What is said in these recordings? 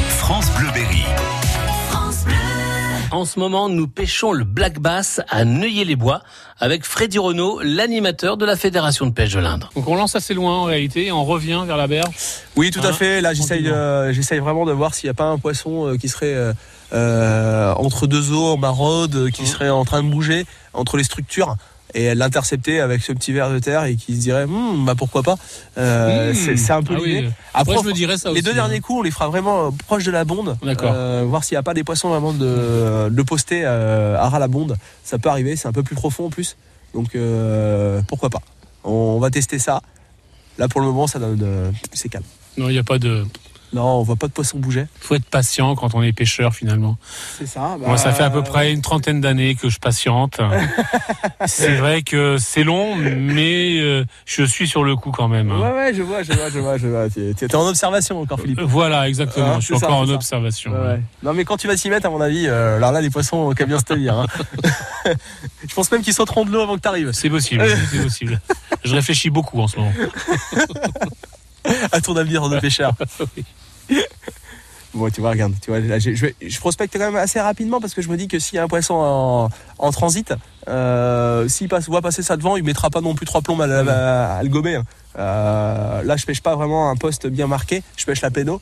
France Bleuberry. En ce moment, nous pêchons le black bass à Neuillé-les-Bois avec Freddy Renault, l'animateur de la Fédération de pêche de l'Indre. Donc on lance assez loin en réalité et on revient vers la berge. Oui, tout Hein, à fait. Là, j'essaye, tranquillement. euh, j'essaye vraiment de voir s'il n'y a pas un poisson euh, qui serait euh, euh, entre deux eaux, en maraude, euh, qui Mhm. serait en train de bouger entre les structures et l'intercepter avec ce petit verre de terre et qui se dirait, Hum, bah pourquoi pas. Euh, Mmh. c'est, c'est un peu Ah oui. l'idée. Après, Après, je me dirais ça les aussi, deux hein. derniers coups, on les fera vraiment euh, proche de la bonde. D'accord. Euh, voir s'il n'y a pas des poissons vraiment de, de poster euh, à ras la bonde. Ça peut arriver, c'est un peu plus profond en plus. Donc euh, pourquoi pas. On va tester ça. Là pour le moment, ça donne, euh, c'est calme. Non, il n'y a pas de. Non, on voit pas de poisson bouger. Faut être patient quand on est pêcheur finalement. C'est ça. bah, Moi, ça fait à peu près une trentaine d'années que je patiente. c'est vrai que c'est long, mais euh, je suis sur le coup quand même. Ouais, hein. ouais, je vois, je vois, je vois, je vois. T'es t'es en observation encore, Philippe. Voilà, exactement. Ah, je suis c'est ça, encore en c'est ça. observation. Ouais, ouais. Non, mais quand tu vas t'y mettre, à mon avis, euh, alors là, les poissons au camion se tenir. hein. je pense même qu'ils sauteront de l'eau avant que t'arrives. C'est possible, c'est possible. Je réfléchis beaucoup en ce moment. Ah, À ton avenir de pêcheur. Bon, tu vois, regarde, tu vois, là, j'ai- je, vais- je prospecte quand même assez rapidement parce que je me dis que s'il y a un poisson en, en transit, euh, s'il passe, voit passer ça devant, il mettra pas non plus trois plombes à, Mm. la- à- à le gober. hein. Euh, là, je pêche pas vraiment un poste bien marqué, je pêche la péno.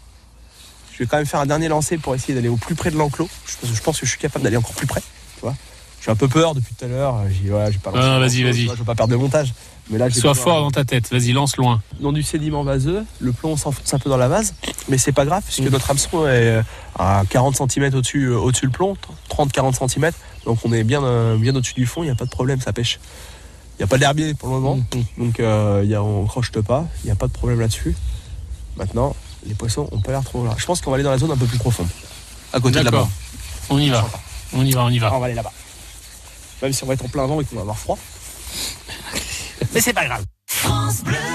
Je vais quand même faire un dernier lancer pour essayer d'aller au plus près de l'enclos. Je, pense- je pense que je suis capable d'aller encore plus près, tu vois. J'ai un peu peur depuis tout à l'heure. J'ai dit, voilà, j'ai pas lancé Non, non, vas-y, l'enclos, vas-y. tu vois, Je veux pas perdre de montage. Mais là, j'ai Sois besoin- fort dans ta tête. Vas-y, lance loin. dans du sédiment vaseux, le plomb s'enfonce un peu dans la vase, mais c'est pas grave puisque notre hameçon est euh, à 40 cm au-dessus euh, au-dessus le plomb, 30-40 cm, donc on est bien, euh, bien au-dessus du fond, il n'y a pas de problème, ça pêche. Il n'y a pas d'herbier pour le moment, donc euh, y a- on crochete pas, il n'y a pas de problème là-dessus. Maintenant, les poissons ont pas l'air trop là. Je pense qu'on va aller dans la zone un peu plus profonde, à côté de là-bas. D'accord. On y va. On y va, on y Ah, va. on va aller là-bas. Même si on va être en plein vent et qu'on va avoir froid. Mais c'est pas grave. France Bleu.